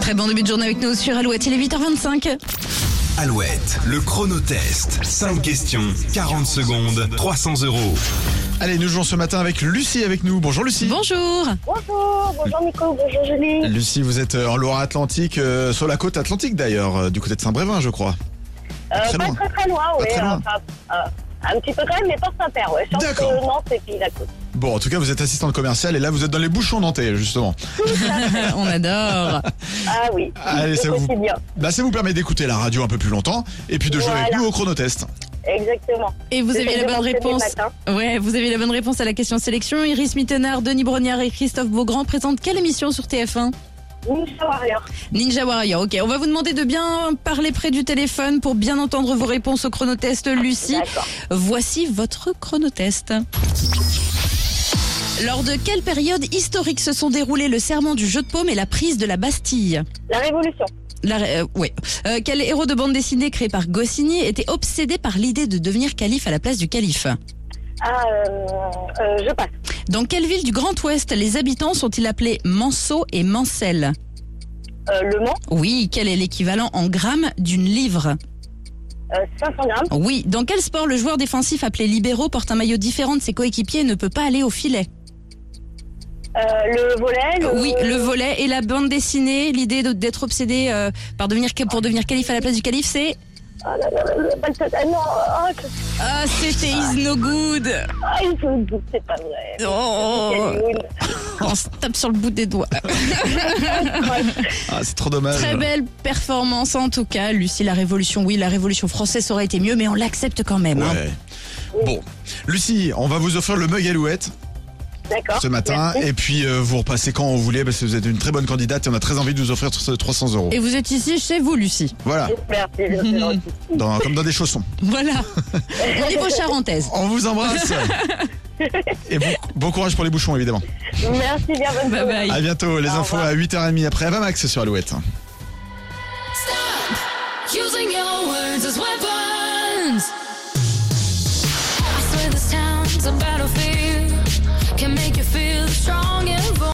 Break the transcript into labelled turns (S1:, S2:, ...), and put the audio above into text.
S1: Très bon début de journée avec nous sur Alouette, il est 8h25.
S2: Alouette, le chronotest. 5 questions, 40 secondes, 300 euros.
S3: Allez, nous jouons ce matin avec Lucie avec nous. Bonjour Lucie.
S1: Bonjour
S4: Bonjour, bonjour Nico, bonjour Julie.
S3: Lucie, vous êtes euh, en Loire-Atlantique, euh, sur la côte atlantique d'ailleurs, euh, du côté de Saint-Brévin, je crois.
S4: Euh,
S3: très
S4: pas
S3: loin.
S4: très très loin, oui.
S3: très loin.
S4: enfin, euh, un petit peu quand même, mais pas Saint-Père, ouais. Surtout
S3: D'accord.
S4: que Nantes et puis la côte.
S3: Bon, en tout cas, vous êtes assistante commerciale et là, vous êtes dans les bouchons nantais, justement.
S1: On adore
S4: Ah oui,
S3: Allez, ça
S4: le
S3: vous-
S4: quotidien.
S3: Bah, ça vous permet d'écouter la radio un peu plus longtemps et puis de jouer avec
S4: Voilà.
S3: nous au chronotest.
S4: Exactement.
S1: Et vous
S4: C'est
S1: avez la bonne
S4: exactement ce
S1: réponse
S4: matin.
S1: Ouais, vous avez la bonne réponse à la question sélection. Iris Mittenard, Denis Brognard et Christophe Beaugrand présentent quelle émission sur TF1
S4: Ninja Warrior.
S1: Ninja Warrior, ok. On va vous demander de bien parler près du téléphone pour bien entendre vos réponses au chronotest, Lucie.
S4: D'accord.
S1: Voici votre chronotest. Lors de quelle période historique se sont déroulés le serment du jeu de paume et la prise de la Bastille
S4: La Révolution.
S1: La ré- euh, ouais. Euh, quel héros de bande dessinée créé par Goscinny était obsédé par l'idée de devenir calife à la place du calife
S4: Ah, euh, euh, je passe.
S1: Dans quelle ville du Grand Ouest les habitants sont-ils appelés Manceau et Mancel
S4: Euh, le Mans,
S1: Oui, quel est l'équivalent en grammes d'une livre
S4: euh, 500 grammes.
S1: Oui, dans quel sport le joueur défensif appelé libéraux porte un maillot différent de ses coéquipiers et ne peut pas aller au filet
S4: Euh, le volet. Le...
S1: Oui, le volet et la bande dessinée, l'idée de- d'être obsédé euh, par devenir pour devenir calife à la place du calife, c'est
S4: Ah, là, là, là, là, pas le total. Ah, non, ah, que-
S1: Ah, c'était is no good.
S4: ah, il se doute, c'est pas vrai.
S1: Oh,
S4: Quelle une.
S1: on se tape sur le bout des doigts.
S3: Ah, c'est trop dommage.
S1: Très belle performance en tout cas, Lucie. La Révolution, oui, la Révolution française aurait été mieux, mais on l'accepte quand même. hein.
S3: Ouais. Bon, Lucie, on va vous offrir le mug Alouette
S4: D'accord.
S3: ce matin
S4: Ah, Merci.
S3: et puis euh, vous repassez quand vous voulez parce que vous êtes une très bonne candidate et on a très envie de vous offrir ce 300 euros.
S1: Et vous êtes ici chez vous, Lucie.
S3: Voilà,
S4: Merci, c'est gentil.
S3: dans- comme dans des chaussons.
S1: Voilà. On est vos charentaises.
S3: On vous embrasse et bon, bon courage pour les bouchons évidemment.
S4: Merci bien, bonne
S1: Bye
S4: journée.
S1: bye.
S3: À bientôt, les
S4: Au
S3: infos
S4: revoir.
S3: à 8h30 après Ava Max sur Alouette.
S5: Using your words as weapons. I swear this town's a battlefield. Can make you feel strong and vulnerable.